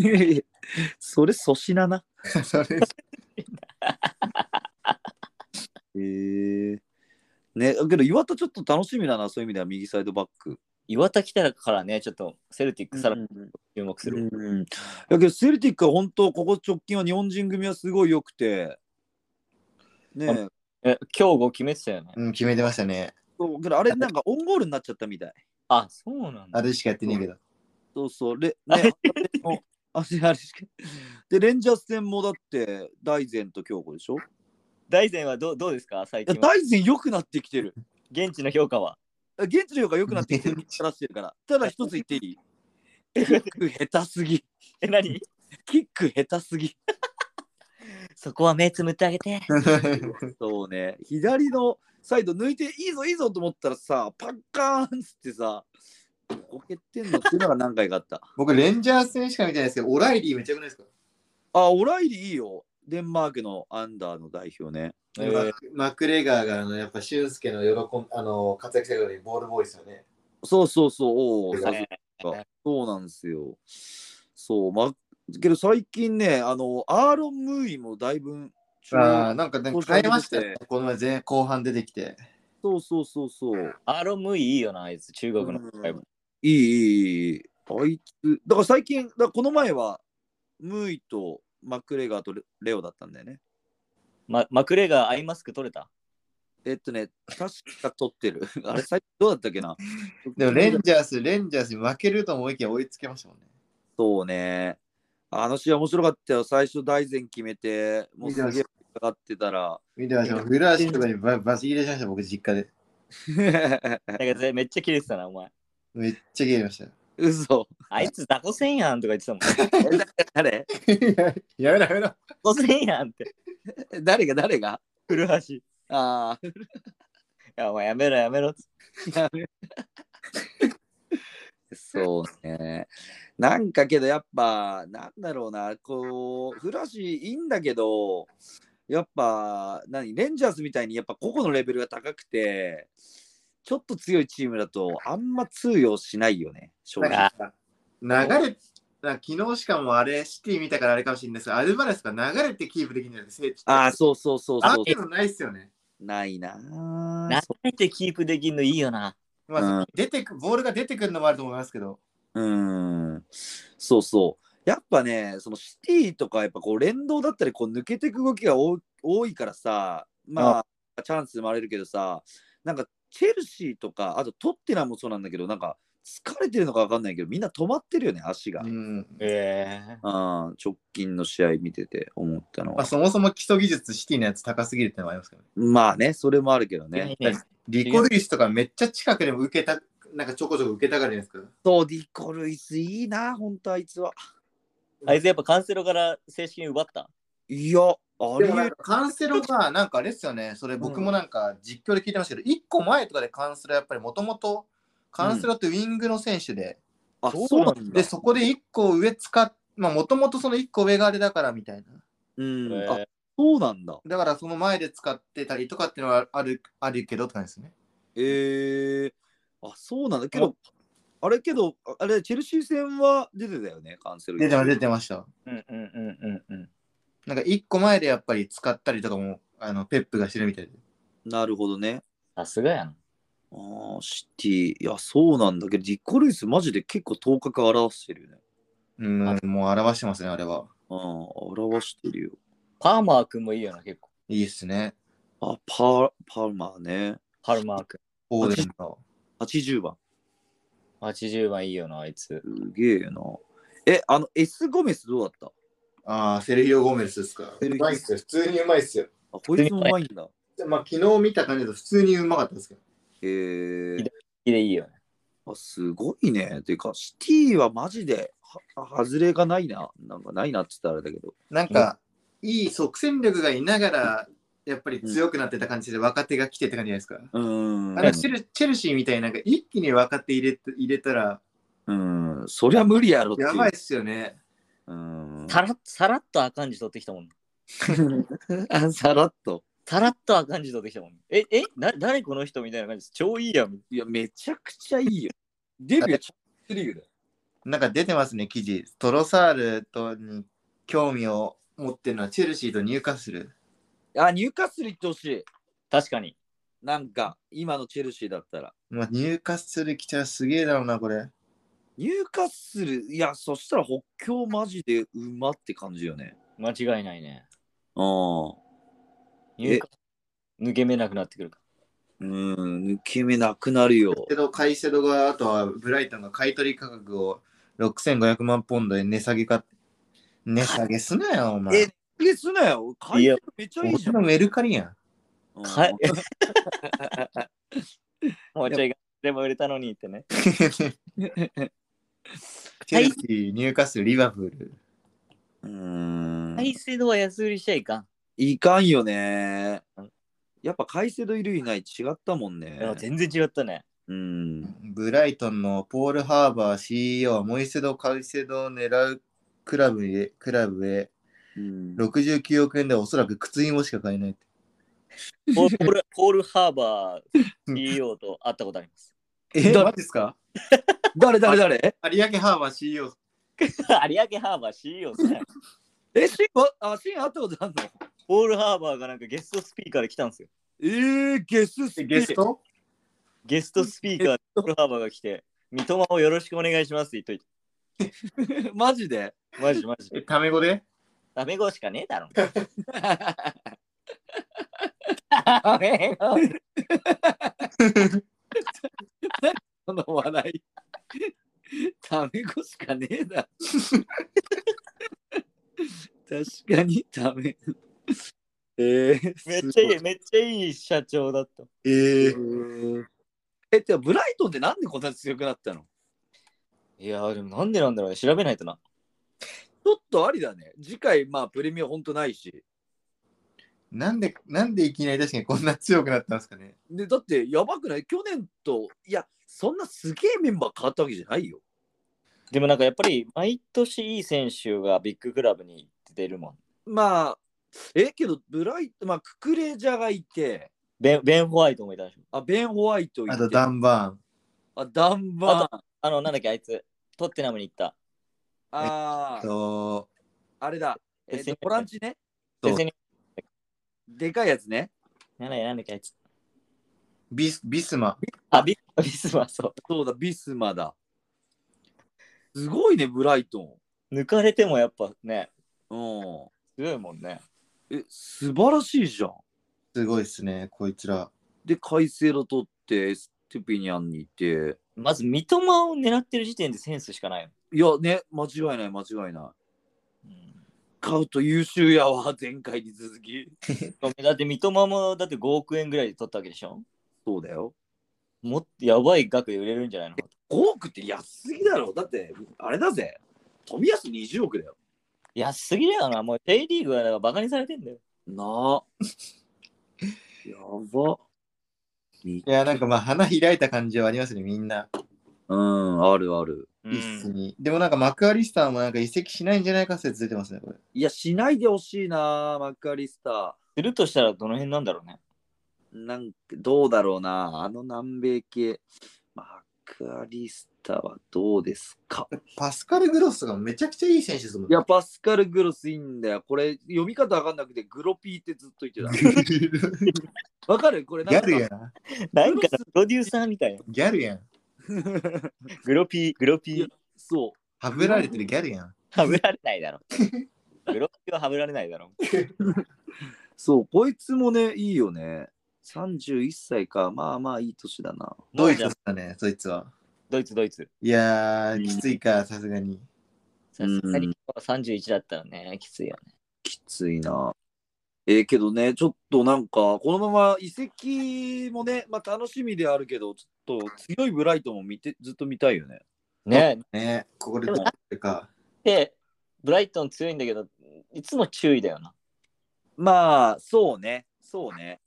S1: それ、粗品な。
S3: それ
S1: へえね、だけど岩田ちょっと楽しみだな、そういう意味では右サイドバック。
S4: 岩田来たからね、ちょっとセルティックさらに注目する。
S1: うん、だけどセルティックは本当ここ直近は日本人組はすごい良くてねえ
S4: え、今日後決めてたよね。
S3: うん、決めてましたね。
S1: そうけどあれなんかオンゴールになっちゃったみたい
S4: あ、そうなん
S3: あ
S4: だ。
S3: れしかやってねえけど。
S1: そうそうレ、ね、あれあれしかでレンジャーズ戦もだって大然と京子でしょい
S4: 大然はどうどうですか最
S1: や
S4: 近は。
S1: 大然良くなってきてる
S4: 現地の評価は。
S1: 現地の方が良くなってきてるらしてる からただ一つ言っていいキック下手すぎ
S4: え、何
S1: キック下手すぎ
S4: そこは目つむってあげて。
S1: そうね、左のサイド抜いていいぞいいぞと思ったらさ、パッカーンっつってさ、こけてんのっていうのが何回かあった。
S3: 僕、レンジャーズ戦しか見てないですけど、オライリーめっちゃ良くないですか
S1: あ、オライリーいいよ。デンマークのアンダーの代表ね。
S4: え
S3: マ
S4: ー
S3: クマクレガーがあのやっぱ俊介の喜んあの活躍したようにボールボーイですよね。
S1: そうそうそう、おお、
S3: そう
S1: さすが。そうなんですよ。そう、ま、けど最近ね、あの、アーロン・ムーイもだいぶ注目
S3: ああ、なんかね、
S1: そうそう
S3: 変えましたよ。この前前後半出てきて。
S1: そうそうそうそう。
S4: アーロンムイいいよな、あいつ、中国の
S1: うん
S4: ライバル。
S1: いいいいいいあいつだから最近だからこの前はムーイとマクレガーとレレオだったんだよね
S4: ま、マクレガーアイマスク取れた
S1: えっとね確か取ってる あれ最近どうだったっけな
S3: でもレンジャース、レンジャースに負けると思いきや追いつけましたもんね。
S1: そうねあの試合面白かったよ最初大前決めてもうす
S3: 見てま
S1: げ
S3: し
S1: えかかってたら
S3: 見てました。フラーシュとかにババチ切れしました、僕実家で。
S4: なんかぜめっちゃキレてたな、お前。
S3: めっちゃ切れましたよ。
S1: 嘘
S4: あいつ、雑魚せんやんとか言ってたもん。雑
S1: えだ誰
S3: やめろやめろ。
S4: 魚せんやんって。
S1: 誰が誰が
S4: 古橋。い
S1: ああ
S4: や、お前やめろやめろっつって。
S1: そうね。なんかけどやっぱなんだろうなこうフラッシュいいんだけどやっぱ何レンジャーズみたいにやっぱ個々のレベルが高くてちょっと強いチームだとあんま通用しないよね正
S3: な
S1: 直。
S3: んか流れ、なんか昨日しかもあれ、シティ見たからあれかもしれないですけど、アルバレスが流れてキープできるんじゃないですか、聖地って
S1: ああそうそうそう
S3: ああ
S1: そう
S3: いうのないっすよね。
S1: ないなあ
S4: なめてキープできんのいいよな。
S3: ま
S1: う
S3: あ
S1: ん、
S3: 出てく、ボールが出てくるのもあると思いますけど。
S1: うーんそうそう。やっぱね、そのシティとか、やっぱこう連動だったり、こう抜けていく動きが多多いからさ、まあ、チャンス生まれるけどさ、なんかチェルシーとか、あとトッテナもそうなんだけど、なんか疲れてるのか分かんないけど、みんな止まってるよね、足が。
S3: う
S1: うん、
S3: ん。
S4: ええ
S1: 直近の試合見てて思ったの
S3: まあ、
S1: は。
S3: そもそも基礎技術、シティのやつ高すぎるってのもありますけどね。
S1: まあね、それもあるけどね
S4: ね。ね
S3: リコルイスとかめっちゃ近くでも受けた、なんかちょこちょこ受けたがるじゃないですか。
S1: そう、ディコルイスいいな、本当あいつは。
S4: あいつやっぱカンセロから正式に奪った。
S1: いや、あ
S3: で
S1: れ
S3: もなんかカンセロが、なんかあれですよね、それ僕もなんか実況で聞いてましたけど、一個前とかでカンセロやっぱりもともと、カンセロってウィングの選手で、
S1: あ、そうなんだ
S3: で、。そこで一個上使っ、まあもともとその一個上があれだからみたいな。
S1: うん、
S4: え
S1: あ
S4: ー、
S1: そうなんだ。
S3: だからその前で使ってたりとかっていうのはあるあるけどって感じですね。
S1: ええあそうなんだけど、あれけど、ああれ、チェルシー戦は出てたよね、カンセル。
S3: 出てま出てました。
S4: うんうんうんうんうん。
S3: なんか一個前でやっぱり使ったりとかも、あのペップがしてるみたいで。
S1: なるほどね。
S4: さすがやな。
S1: あーシティ、いや、そうなんだけど、ディッコ・ルイス、マジで結構頭角表してるよね。
S3: うん、もう表してますね、あれは。
S1: うん、表してるよ。
S4: パーマー君もいいよな、結構。
S3: いいっすね。
S1: あ、パパーマーね。
S4: パルマー君。
S3: オーデンの。
S1: 80番。
S4: 80番いいよな、あいつ。
S1: すげえな。え、あの、S ・ゴメスどうだった
S3: ああ、セルヒオ・ゴメスですか。
S1: セルヒオ
S3: っすよ。普通にうまいっすよ。
S1: あ、こいつもうまいんだ。
S3: まあ、昨日見た感じだと普通にうまかったですけど。
S1: えー、
S4: でいいよね。
S1: あすごいね。てか、シティはマジで、は外れがないな。なんかないなって言ったらあれだけど。
S3: なんか、いい即戦力がいながら、やっぱり強くなってた感じで若手が来てって感じじゃないですか。
S1: う
S3: あれ
S1: ーん。
S3: チェルチェルシーみたいになんか一気に若手入れた入れたら
S1: うん。そりゃ無理やろっていう。
S3: やばいっすよね。
S1: うん。
S4: さらさらっとあかんじ取ってきたもんな。
S1: あさらっと。
S4: さらっとあかんじ取ってきたもんな。え、え、な誰この人みたいな感じです。超いいやん。
S1: いや、めちゃくちゃいいよ。デビューチャンピオンズリーグだよ。
S3: なんか出てますね、記事。トロサールとに興味を持ってるのはチェルシーと入荷する。
S1: あ、ニューカッスル行ってほしい。
S4: 確かに。
S1: なんか、今のチェルシーだったら。
S3: まあ、入荷する来たらすげえだろうな、これ。
S1: ニューカッスル、いや、そしたら北京マジでうまって感じよね。
S4: 間違いないね。
S1: うん。
S4: 入荷抜け目なくなってくるか。
S1: うん、抜け目なくなるよ。
S3: けど、カイセドが、あとはブライトンが買い取り価格を6500万ポンドで値下げか。値下げすなよ、お前。
S1: え、え、すなよ。買い取りめっちゃいいじ
S3: 俺
S1: ゃん
S3: の。メルカリや ん。
S1: うん
S4: かえ もうちょいがでも売れたのにってね。
S3: チェルシー、入荷するリバプール。
S1: うーん
S4: 体制度は安売りしちゃいかん。
S1: いかんよね
S4: うん。
S1: やっぱカイセドいるいない違ったもんね
S4: で。も全然違ったね。
S1: うん。
S3: ブライトンのポール・ハーバー CEO はモイセド・カイセドを狙うクラブへクラブへ
S1: うん
S3: 69億円でおそらく靴紐しか買えないって。
S4: ポール ポールポール・ハーバー CEO と会ったことあります。
S1: えだ
S3: ですか
S1: 誰誰誰
S3: 有明ハーバー CEO。
S4: 有明ハーバー CEO さん。
S1: え、シンはあ、シンあったことあんの
S4: ポール・ハーバーがなんかゲストスピーカーで来たんですよ。
S1: えー、ゲスス
S3: ゲスト
S4: ゲストスピー カーでポール・ハーバーが来て、三笘をよろしくお願いしますって言っとい
S1: マジで
S4: て。マジマジ。
S3: え、タメ語で
S4: ダメ語しかねえだろ。 ダメ語
S1: その笑い。 タメ語しかねえな。 確かにタメ。えー、
S4: めっちゃいい、めっちゃいい社長だった。
S3: え
S1: すごい。え、てかブライトンってなんでこんなに強くなったの
S4: いやーでもなんでなんだろうね。調べないとな。
S1: ちょっとありだね。次回、まあ、プレミア本当ないし。
S3: なんで、なんでいきなり確かにこんな強くなったんですかね
S1: で、だって、やばくない去年と、いや、そんなすげえメンバー変わったわけじゃないよ。
S4: でもなんかやっぱり毎年いい選手がビッグクラブに出るもん。
S1: まあ、え、けど、ブライト、まあ、ククレジャがいて、
S4: ベン・ベンホワイトもいたでしょ。
S1: あ、ベン・ホワイトいて、
S3: あとダンバーン。
S1: あダンバーン、
S4: あの、なんだっけ、あいつ、トッテナムに行った。
S1: あー
S3: と、
S1: あれだ、えっ、
S4: 別に
S1: と、ボランチね、
S3: そう
S4: 別に、
S1: でかいやつね。
S4: なんだっけなんだっけ、あいつ。
S3: ビス、ビスマ。
S4: あ、ビ ッビスマそ
S1: そうだ、ビスマだ。すごいね、ブライト
S4: う。抜かれてもやっぱね、
S1: ン。うん。
S4: 強いもんね。
S1: え、素晴らしいじゃん。
S3: すごいっすね、こいつら。
S1: で、カイセロ取って、エステピニャンにいて、
S4: まず、三笘を狙ってる時点でセンスしかないよ。
S1: いや、ね、間違いない、間違いない。
S4: うん
S1: カウト優秀やわ、前回に続き。
S4: だって、三笘もだって5億円ぐらいで取ったわけでしょ
S1: そうだよ。
S4: もっとやばい額で売れるんじゃないの
S1: 5億って安すぎだろ。だって、あれだぜ。富安20億だよ。
S4: 安すぎだよな。もう J リーグはだからバカにされてんだよ。
S1: なあ。やば。み
S3: いや、なんかまあ、花開いた感じはありますね、みんな。
S1: うん、あるある。
S4: う
S3: 一室に。でもなんか、マクアリスターもなんか移籍しないんじゃないか説出てますね、これ。
S1: いや、しないでほしいな、マッカリスタ
S4: するとしたらどの辺なんだろうね。
S1: ー。なんか、どうだろうな、あの南米系。マッカリスターはどうです か
S3: パスカル・グロスがめちゃくちゃいい選手ですもん
S1: いや、パスカル・グロスいいんだよ。これ、読み方わかんなくて、グロピーってずっと言って
S3: ギ
S1: た。わかるこれなん
S3: ャ
S1: か、
S3: ルやな。
S4: なんかプロデューサーみたいな。
S3: ギャルやん。
S4: グロピー、グロピー、
S1: そ
S3: はぶられてるギャルやん。
S4: はぶられないだろ。グロピーははぶられないだろ。
S1: う、そう、こいつもね、いいよね。31歳か、まあまあいい年だな。
S3: ドイ
S4: もうじ
S3: ツ
S4: ゃ
S3: だ
S4: あ
S3: ね、そいつは。
S4: ドイツ、ドイツ。
S3: いやー、きついか、さすがに。
S4: さすがに31だったらね、きついよね。
S1: きついな。えーけどね、ちょっとなんか、このまま移籍もね、まあ、楽しみではあるけど、ちょっと強いブライトンも見てずっと見たいよね。
S4: ね
S3: ねここでどうなるか。
S4: で、ブライトン強いんだけど、いつも注意だよな。
S1: まあ、そうね、そうね。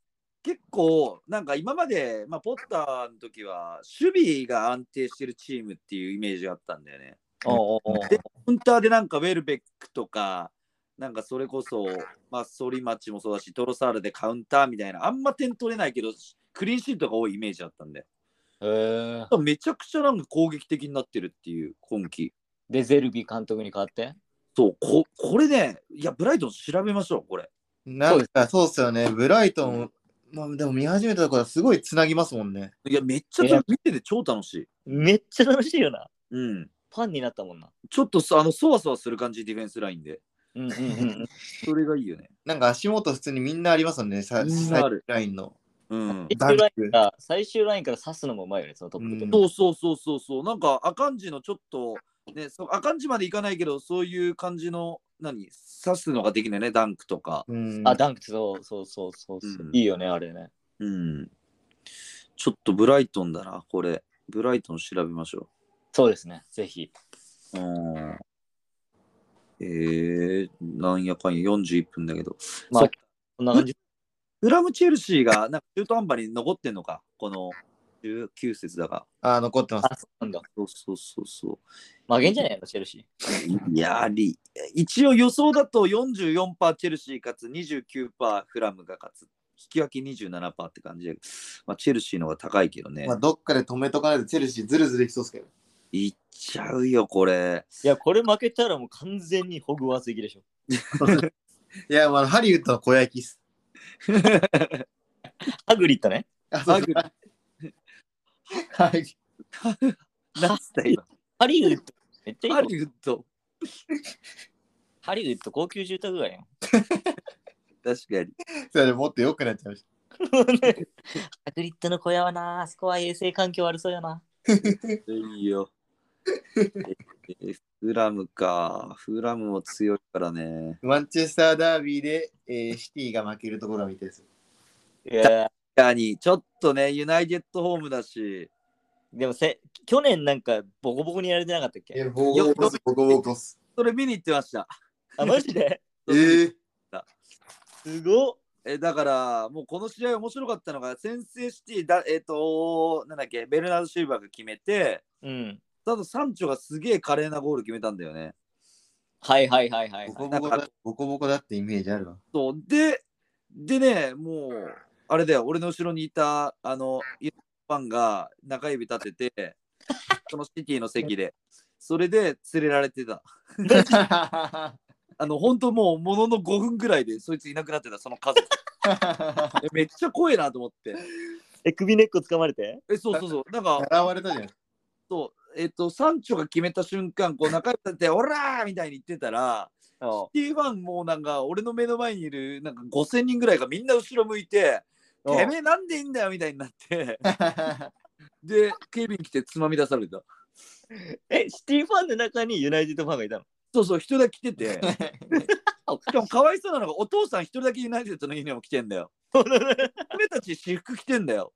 S1: 結構、なんか今まで、まあ、ポッターの時は、守備が安定してるチームっていうイメージがあったんだよね。
S4: おうおうおう
S1: でカウンターでなんかウェルベックとか、なんかそれこそ、まあ、ソリマッチもそうだし、トロサールでカウンターみたいな、あんま点取れないけど、クリーンシートが多いイメージだったんで、
S4: へー
S1: めちゃくちゃなんか攻撃的になってるっていう、今季。
S4: で、ゼルビー監督に代わって。
S1: そう、ここれね、いや、ブライトン調べましょう、これ。
S3: なんかそうっすよね。ブライトン、まあ、でも見始めたところはすごいつなぎますもんね。
S1: いや、めっちゃ
S4: いや
S1: 見てて超楽しい。
S4: めっちゃ楽しいよな。
S1: うん。
S4: ファンになったもんな。
S1: ちょっとそあのそわそわする感じ、ディフェンスラインで。
S4: うんうんうん。
S1: それがいいよね。
S3: なんか足元普通にみんなありますもんね。さ
S1: みん
S3: サ
S1: な
S3: イ
S1: あ
S3: ド
S1: る
S3: ラインの。
S1: うん。
S4: 最終ラインから、最終ラインから刺すのもうまいよね、そのトップと。
S3: うん
S1: そうそうそうそうそうなんか赤んじのちょっとねそう赤んじまでいかないけどそういう感じの何刺すのができないねダンクとか
S3: うん
S4: あ、ダンク、そうそうそうそうそう、
S1: うん
S4: いいよね、あれね。
S1: うんちょっとブライトンだなこれブライトン調べましょ
S4: そうですね、ぜひ。
S1: ううんえー、なんやかんや41分だけど
S4: ま
S1: そ
S4: あ
S1: っ、
S4: こんな感じ。
S1: フラムチェルシーがなんか中途半端に残ってんのかこの19節だが
S3: あ、残ってます。
S4: あ、そうなんだ。
S1: そうそうそうそう
S4: 曲げんじゃねえの、チェルシ ー。
S1: いやり一応予想だと44%チェルシー勝つ29%フラムが勝つ引き分け27%って感じで、まあ、チェルシーの方が高いけどね、
S3: まあ、どっかで止めとかないとチェルシーズルズルいきそうですけど。
S1: いっちゃうよこれ
S4: いや、これ負けたらもう完全にホグワーツ行きでしょ。
S3: いや、まあ、ハリウッドの小焼きっす。
S4: ハグリッドね。
S3: あ、
S1: ハ
S3: う
S1: グ
S3: はい。
S1: なんつった今
S4: ハリウッド。めっちゃいい
S1: ハ
S4: とこ
S1: リウッド
S4: ハリウッド高級住宅街よ。
S1: 確かに
S3: それもっと良くなっちゃいまし
S4: ハグリッドの小屋はな、あそこは衛生環境悪そうよな。
S1: いいよええフラムかフラムも強いからね
S3: た。マンチェスターダービーで、えーシティが負けるところが見たいです。
S4: いや
S1: 確かにちょっとねユナイテッドホームだし
S4: でもせ、去年なんかボコボコにやられてなかったっけ
S3: え、ボ
S1: コボコっす
S3: ボコボコす。
S1: それ見に行ってました
S4: あ、マジで
S3: えー、
S4: すごっ
S1: えだから、もうこの試合面白かったのが、先制シティだ、えっ、と、なんだっけ、ベルナード・シルバーが決めて、
S4: うん。
S1: あとサンチョがすげえ華麗なゴール決めたんだよね。
S4: はいはいはいはい、
S3: ボコボ
S4: はい。
S3: コ
S1: なん
S3: だボコボコだってイメージあるわ。
S1: そうで、でね、もう、あれだよ、俺の後ろにいた、あの、イランファンが中指立てて、そのシティの席で、それで連れられてた。あの、本当もう、ものの5分ぐらいで、そいついなくなってた、その家族。 えめっちゃ怖えなと思って。
S4: え、首根っこ掴まれて
S1: え、そうそうそう、なんか、
S3: 現れたじゃん。
S1: そう、えっ、と、サンチョが決めた瞬間、こう、中田って、オラーみたいに言ってたら、
S4: お
S1: シティファンもうなんか、俺の目の前にいる、なんか5000人ぐらいがみんな後ろ向いて、
S4: うん
S1: てめえなんでいいんだよみたいになって、で、警備員来てつまみ出された。
S4: え、シティファンの中にユナイテッドファンがいたの
S1: そうそう、人だけ来てて、
S4: あお
S1: しかもかわいそうなのが、お父さん一人だけユナイテッドのユニフォーム着てんだよ。俺たち私服着てんだよ。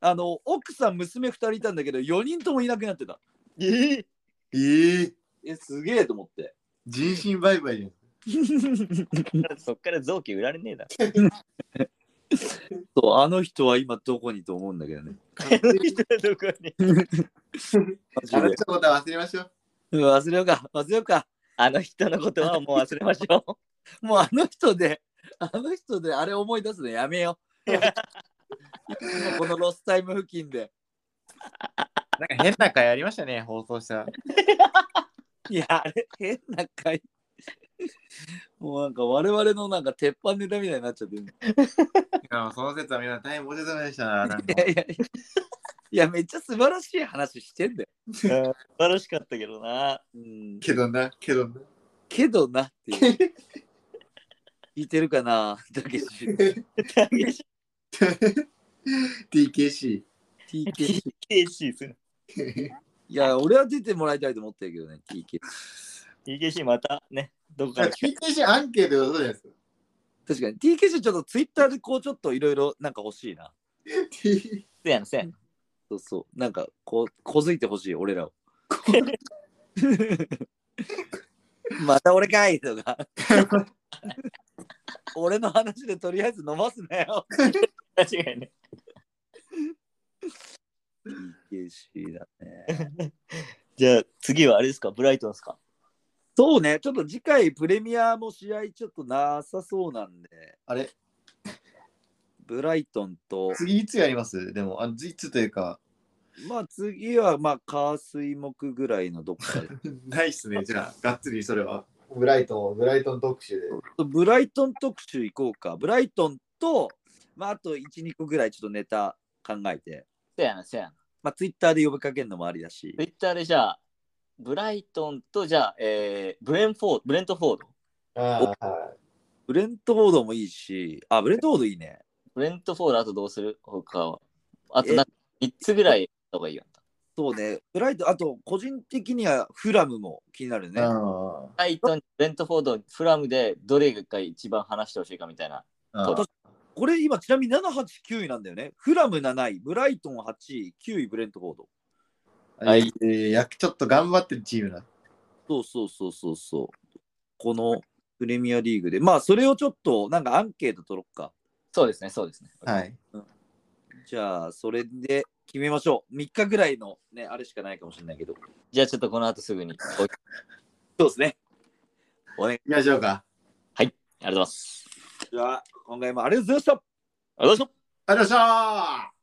S1: あの、奥さん、娘2人いたんだけど、4人ともいなくなってた。
S4: えー
S3: えー、
S1: え、すげえと思って。
S3: 人身売買じゃん。
S4: そっから臓器売られねえだ
S1: そう、あの人は今どこにと思うんだけどね。
S4: ろ。どこに
S1: マジ
S3: あの
S1: で
S3: 人のことは忘れましょう。
S1: うん忘れようか、忘れようか。
S4: あの人のことはもう忘れましょう。
S1: もうあの人で、あの人であれ思い出すのやめよう。もう このロスタイム付近で。
S3: なんか変な回ありましたね、放送した。
S1: いや、あれ、変な回。もうなんか我々のなんか鉄板ネタみたいになっちゃってる。
S3: その説はみんな大変お疲れ様でしたな。なんか
S1: いやいやいや、いやめっちゃ素晴らしい話してんだよ。
S4: 素晴らしかったけどな。
S1: うん、
S3: けどな、けどな。
S1: けどなっていう。 聞いてるかな、たけ し。
S3: TKC。
S1: TK。
S4: TKC する。
S1: いや、俺は出てもらいたいと思ったけどね、TK。
S4: TKC またね、どこから聞か
S3: TKC アンケートどうですか
S1: 確かに TK 氏ちょっとツイッターでこうちょっといろいろなんか欲しいな。
S4: そうやな、そうやな。
S1: そうそう。なんかこう、こづいてほしい、俺 らを。また俺かいとか。俺の話でとりあえず飲ますなよ。
S4: 確かにね。
S1: TK 氏だね。
S4: じゃあ次はあれですかブライトンですか
S1: そうね、ちょっと次回プレミアも試合ちょっとなさそうなんで、
S3: あれ
S1: ブライトンと、
S3: 次いつやりますでも、あいつというか、
S1: まあ次はまあ火水木ぐらいのどっかで。
S3: ないっすね、じゃあ、がっつりそれは。ブライトン、ブライトン特集で。
S1: ブライトン特集行こうか。ブライトンと、まあ、あと1、2個ぐらいちょっとネタ考えて、
S4: そうやな、そうやな。
S1: まあ、ツイッターで呼びかけるのもありだし
S4: ツ、イッターでじゃあ、ブライトンとじゃあ、えー、ブレンフォード、ブレントフォード。
S3: ああ、はい。
S1: ブレントフォードもいいし、あ、ブレントフォードいいね。
S4: ブレントフォードあとどうする他は。あとなんか3つぐらいやった方がいいよ。
S1: そうね、ブライトン、あと個人的にはフラムも気になるね。
S3: あ
S4: ブライトン、ブレントフォード、フラムでどれが一番話してほしいかみたいな。
S3: あ
S1: これ今ちなみに7、8、9位なんだよね。フラム7位、ブライトン8位、9位ブレントフォード。
S3: あいえーやちょっと頑張ってるチームだ。
S1: そうそうそうそうそう。このプレミアリーグで、まあそれをちょっとなんかアンケート取ろっか。
S4: そうですね、そうですね。
S3: はい。
S1: じゃあ、それで決めましょう。3日ぐらいのね、あれしかないかもしれないけど。
S4: じゃあちょっとこの後すぐに。おいありがと
S1: そうですね。お願い。
S3: 行きましょうか。
S4: うございます。
S1: じゃあ、今回もありがとうございました。
S4: ありがとうございました。
S3: ありがとうございました